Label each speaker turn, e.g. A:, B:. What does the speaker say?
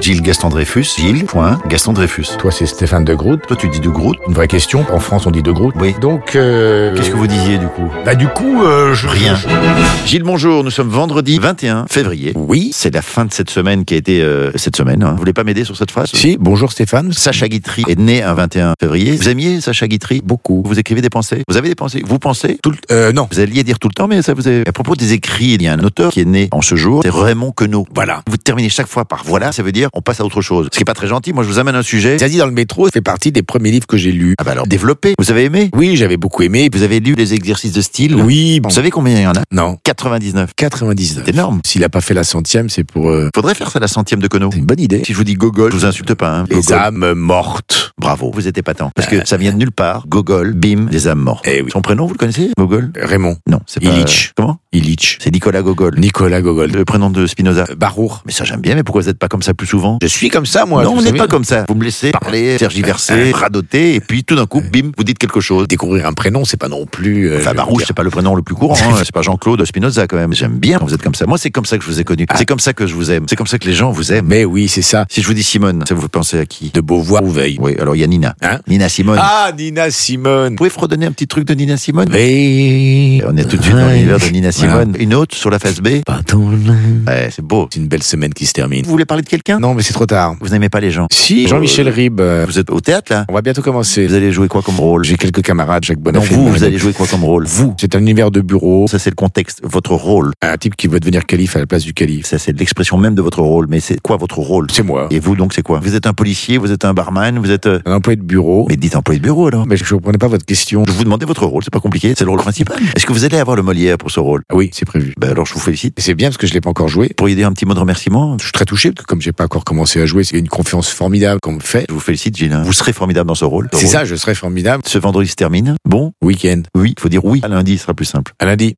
A: Gilles Gaston Dreyfus, Gilles, point, Gaston Dreyfus.
B: Toi, c'est Stéphane de Groot.
A: Toi, tu dis de Groot.
B: Une vraie question. En France, on dit de Groot.
A: Oui.
B: Donc, euh,
A: Qu'est-ce que vous disiez du coup
B: bah, du coup, euh, je...
A: Rien. Gilles, bonjour. Nous sommes vendredi 21 février. Oui. C'est la fin de cette semaine qui a été euh, cette semaine. hein. Vous voulez pas m'aider sur cette phrase
B: Si, bonjour Stéphane.
A: Sacha Guitry est né un 21 février. Vous aimiez Sacha Guitry
B: Beaucoup.
A: Vous écrivez des pensées Vous avez des pensées Vous pensez
B: Tout le... euh, non.
A: Vous alliez dire tout le temps, mais ça vous avez... À propos des écrits, il y a un auteur qui est né en ce jour, c'est Raymond Queneau.
B: Voilà.
A: Vous terminez chaque fois par voilà, ça veut dire on passe à autre chose. Ce qui est pas très gentil. Moi, je vous amène un sujet.
B: Zazie dans le métro fait partie des premiers livres que j'ai lus.
A: Ah bah alors, développé. Vous avez aimé
B: Oui, j'avais beaucoup aimé.
A: Vous avez lu les exercices de style
B: Oui.
A: Vous savez combien il y en a
B: Non.
A: 99.
B: 99.
A: C'est énorme.
B: S'il a pas fait la centième, c'est pour... euh,
A: Faudrait faire ça la centième de Queneau.
B: C'est une bonne idée.
A: Si je vous dis gogol, je vous insulte pas. Hein.
B: Les
A: Gogol.
B: âmes Euh, mortes.
A: Bravo, vous êtes épatant. Parce que ça vient de nulle part. Gogol, bim, des âmes mortes.
B: Eh oui.
A: Son prénom, vous le connaissez Gogol
B: Raymond.
A: Non, c'est pas...
B: Illich.
A: Comment
B: Illich.
A: C'est Nicolas Gogol.
B: Nicolas Gogol.
A: Le prénom de Spinoza.
B: Euh, Barour.
A: Mais ça, j'aime bien, mais pourquoi vous n'êtes pas comme ça plus souvent
B: Je suis comme ça, moi.
A: Non,
B: vous
A: vous n'êtes
B: savez.
A: pas comme ça. Vous me laissez parler, tergiverser,
B: Euh.
A: radoter, et puis tout d'un coup, bim, vous dites quelque chose.
B: Découvrir un prénom, c'est pas non plus... euh,
A: Enfin,
B: je veux
A: Barouche,
B: dire,
A: c'est pas le prénom le plus courant, hein. c'est pas Jean-Claude Spinoza quand même. J'aime bien quand vous êtes comme ça. Moi, c'est comme ça que je vous ai connu. C'est comme ça que je vous aime. C'est comme ça que les gens vous aiment.
B: Ah. Mais oui, c'est ça.
A: Si je vous dis Simone, ça vous fait penser à qui
B: De Beauvoir ou Veille.
A: Oui, alors il y a Nina.
B: Hein
A: Nina Simone.
B: Ah, Nina Simone.
A: Vous pouvez fredonner un petit truc de Nina Simone Eh,
B: Veille.
A: On est tout de suite dans l'univers de Nina
B: Voilà.
A: Simone. Une autre sur la face B
B: Pas ton linge.
A: Ouais, c'est beau.
B: C'est une belle semaine qui se termine.
A: Vous voulez parler de quelqu'un
B: Non, mais c'est trop tard.
A: Vous n'aimez pas les gens.
B: Si, Jean-Michel Ribes, euh,
A: Vous êtes au théâtre, là
B: on va bientôt commencer.
A: Vous allez jouer quoi comme rôle
B: J'ai quelques camarades, Jacques
A: Non,
B: Bonafé.
A: vous,
B: Marie-
A: vous allez jouer quoi comme rôle Vous.
B: C'est un univers de bureau,
A: Ça, c'est le contexte, votre rôle.
B: un type qui veut devenir calife à la place du calife.
A: Ça, c'est l'expression même de votre rôle. Mais c'est quoi votre rôle
B: C'est moi,
A: Et vous, donc, c'est quoi Vous êtes un policier, vous êtes un barman, vous êtes. euh,
B: un employé de bureau.
A: Mais dites employé de bureau, alors.
B: Mais je ne comprenais pas votre question.
A: Je vous demandais votre rôle, c'est pas compliqué, c'est le rôle principal. Est-ce que vous allez avoir le Molière pour ce rôle
B: Ah Oui, c'est prévu.
A: Ben alors, je vous félicite.
B: Et c'est bien parce que je l'ai pas encore joué.
A: Pourriez dire un petit mot de remerciement
B: Je suis très touché parce que comme j'ai pas encore commencé à jouer, c'est une confiance formidable qu'on me fait.
A: Je vous félicite, Gilles. hein. Vous serez formidable dans ce rôle. Ce
B: C'est
A: rôle.
B: ça, je serais formidable.
A: Ce vendredi se termine. Bon,
B: Week-end.
A: oui, faut dire oui. À lundi, ce sera plus simple.
B: À lundi.